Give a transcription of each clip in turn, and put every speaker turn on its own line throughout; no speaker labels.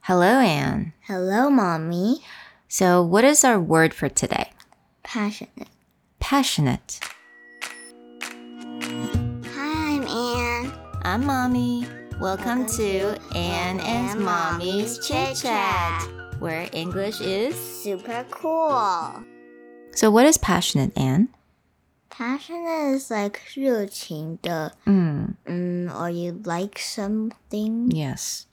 Hello, Anne.
Hello, mommy.
So, what is our word for today?
Passionate.
Passionate.
Hi, I'm Anne.
I'm Mommy. Welcome,
Welcome
to
to
Anne and
and
Mommy's
Mommy's
Chit
Chit
Chat, where English is.
Super cool.
So, what is passionate, Anne?
Passionate is like 热情的,
Mm,
mm, or you like something.
yes.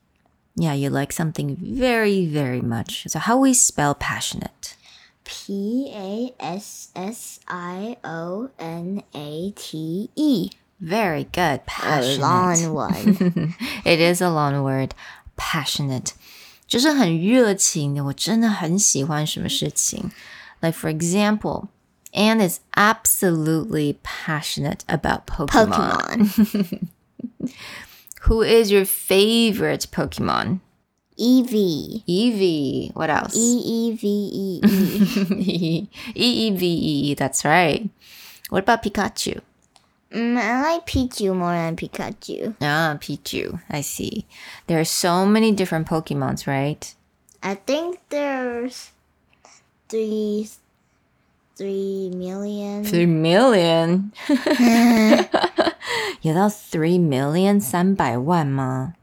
Yeah, you like something very, very much. So, how we spell passionate?
P A S S I O N A T E.
Very good.
A
Passionate.
long one.
it is a long word. Passionate. 就是很热情的，我真的很喜欢什么事情。Like for example, Anne is absolutely passionate about Pokemon.
Pokemon.
Who is your favorite Pokemon?
Eevee.
Eevee. What else?
E E V E E.
E E V E E. That's right. What about Pikachu?
Mm, I like Pichu more than Pikachu.
Ah, Pichu. I see. There are so many different Pokemons, right?
I think there's three, three million.
Three million. 有到 three million 三百万吗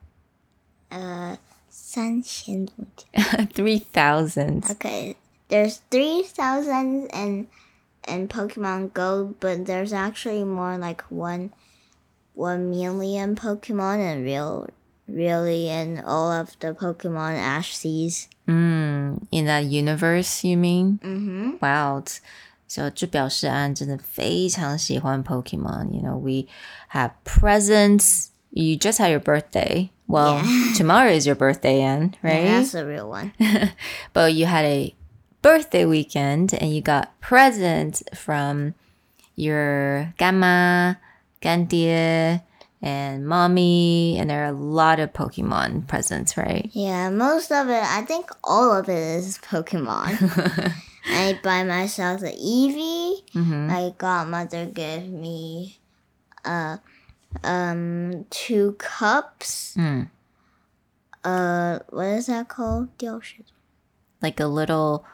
Uh, 三千多
？Three thousand.
Okay, there's three thousand and and Pokemon Go, but there's actually more like one one million Pokemon and real really and all of the Pokemon Ash sees.
Mm, in that universe, you mean?
Mm-hmm.
Wow. So 这表示安真的非常喜欢 Pokemon. You know, we have presents. You just had your birthday. Well, tomorrow is your birthday, Anne, right?
That's the real one.
but you had a birthday weekend and you got presents from your grandma, gandie, and mommy, and there are a lot of Pokemon presents, right?
Yeah, most of it, I think all of it is Pokemon.
Mm-hmm.
I buy myself the Eevee. My godmother gave me uh, um, two cups.
Mm.
Uh, what is that called? 吊饰.
Like a little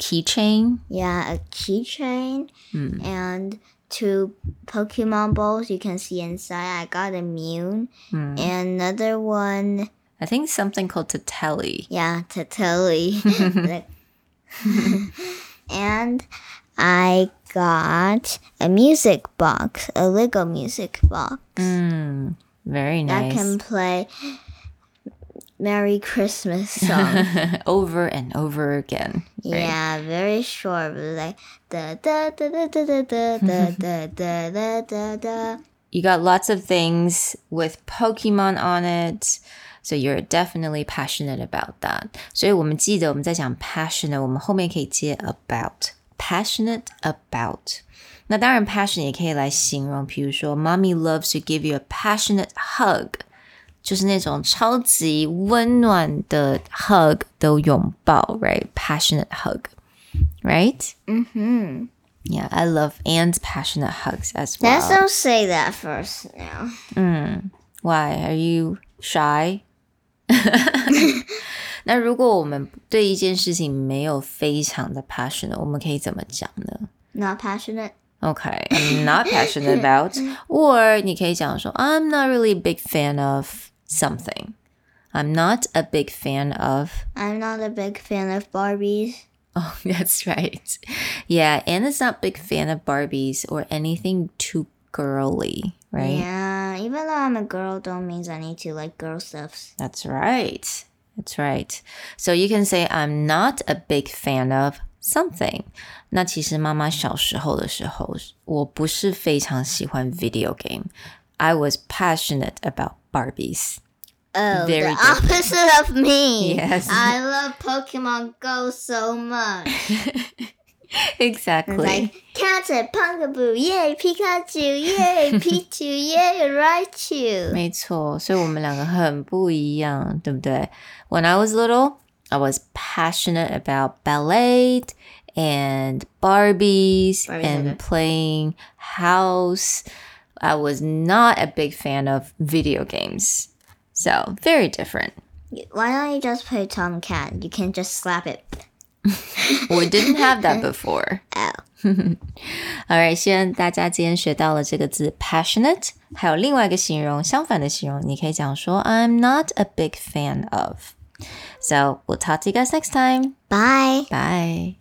keychain.
Yeah, a keychain and two Pokemon balls you can see inside. I got a Mew
Hmm.
and another one.
I think something called Totally.
Yeah, totally. Like- and I got a music box, a Lego music box
Mm, very
that
nice.
can play Merry Christmas song.
over and over again. right?
Yeah, very short, but like da da da da da da da da da da da da da.
You got lots of things with Pokemon on it. So you're definitely passionate about that. 所以我们记得我们在讲 passionate，我们后面可以接 about passionate about。那当然 passion 也可以来形容，比如说 mommy loves to give you a passionate hug，就是那种超级温暖的 hug 的拥抱，right？passionate hug，right？
Mm-hmm.
Yeah, I love Anne's passionate hugs as well.
Let's don't say that first now.
Why are you shy? 那如果我们对一件事情没有非常的 passionate，我们可以怎么讲呢
Not passionate.
？Okay, I'm not passionate about. Or 你可以讲说 I'm not really a big fan of something. I'm not a big fan of.
I'm not a big fan of Barbies.
Oh, that's right. Yeah, Anna's not a big fan of Barbies or anything too girly, right?
Yeah, even though I'm a girl, don't means I need to like girl stuffs.
That's right. That's right. So you can say I'm not a big fan of something. 那其实妈妈小时候的时候，我不是非常喜欢 video game. I was passionate about Barbies.
Oh,
Very
the
different.
opposite of me.
Yes.
I love Pokemon Go so much.
Exactly.
like Cat and Punkaboo, yay Pikachu, yay Pichu, yay Raichu.
没错，所以我们两个很不一样，对不对？When I was little, I was passionate about ballet and Barbies
Barbie's
and
okay.
playing house. I was not a big fan of video games. So, very different.
Why don't you just play Tomcat? You can just slap it.
We didn't have that before.
Oh.
All right，希望大家今天学到了这个字 passionate，还有另外一个形容相反的形容，你可以讲说 I'm not a big fan of。So we'll talk to you guys next time.
Bye.
Bye.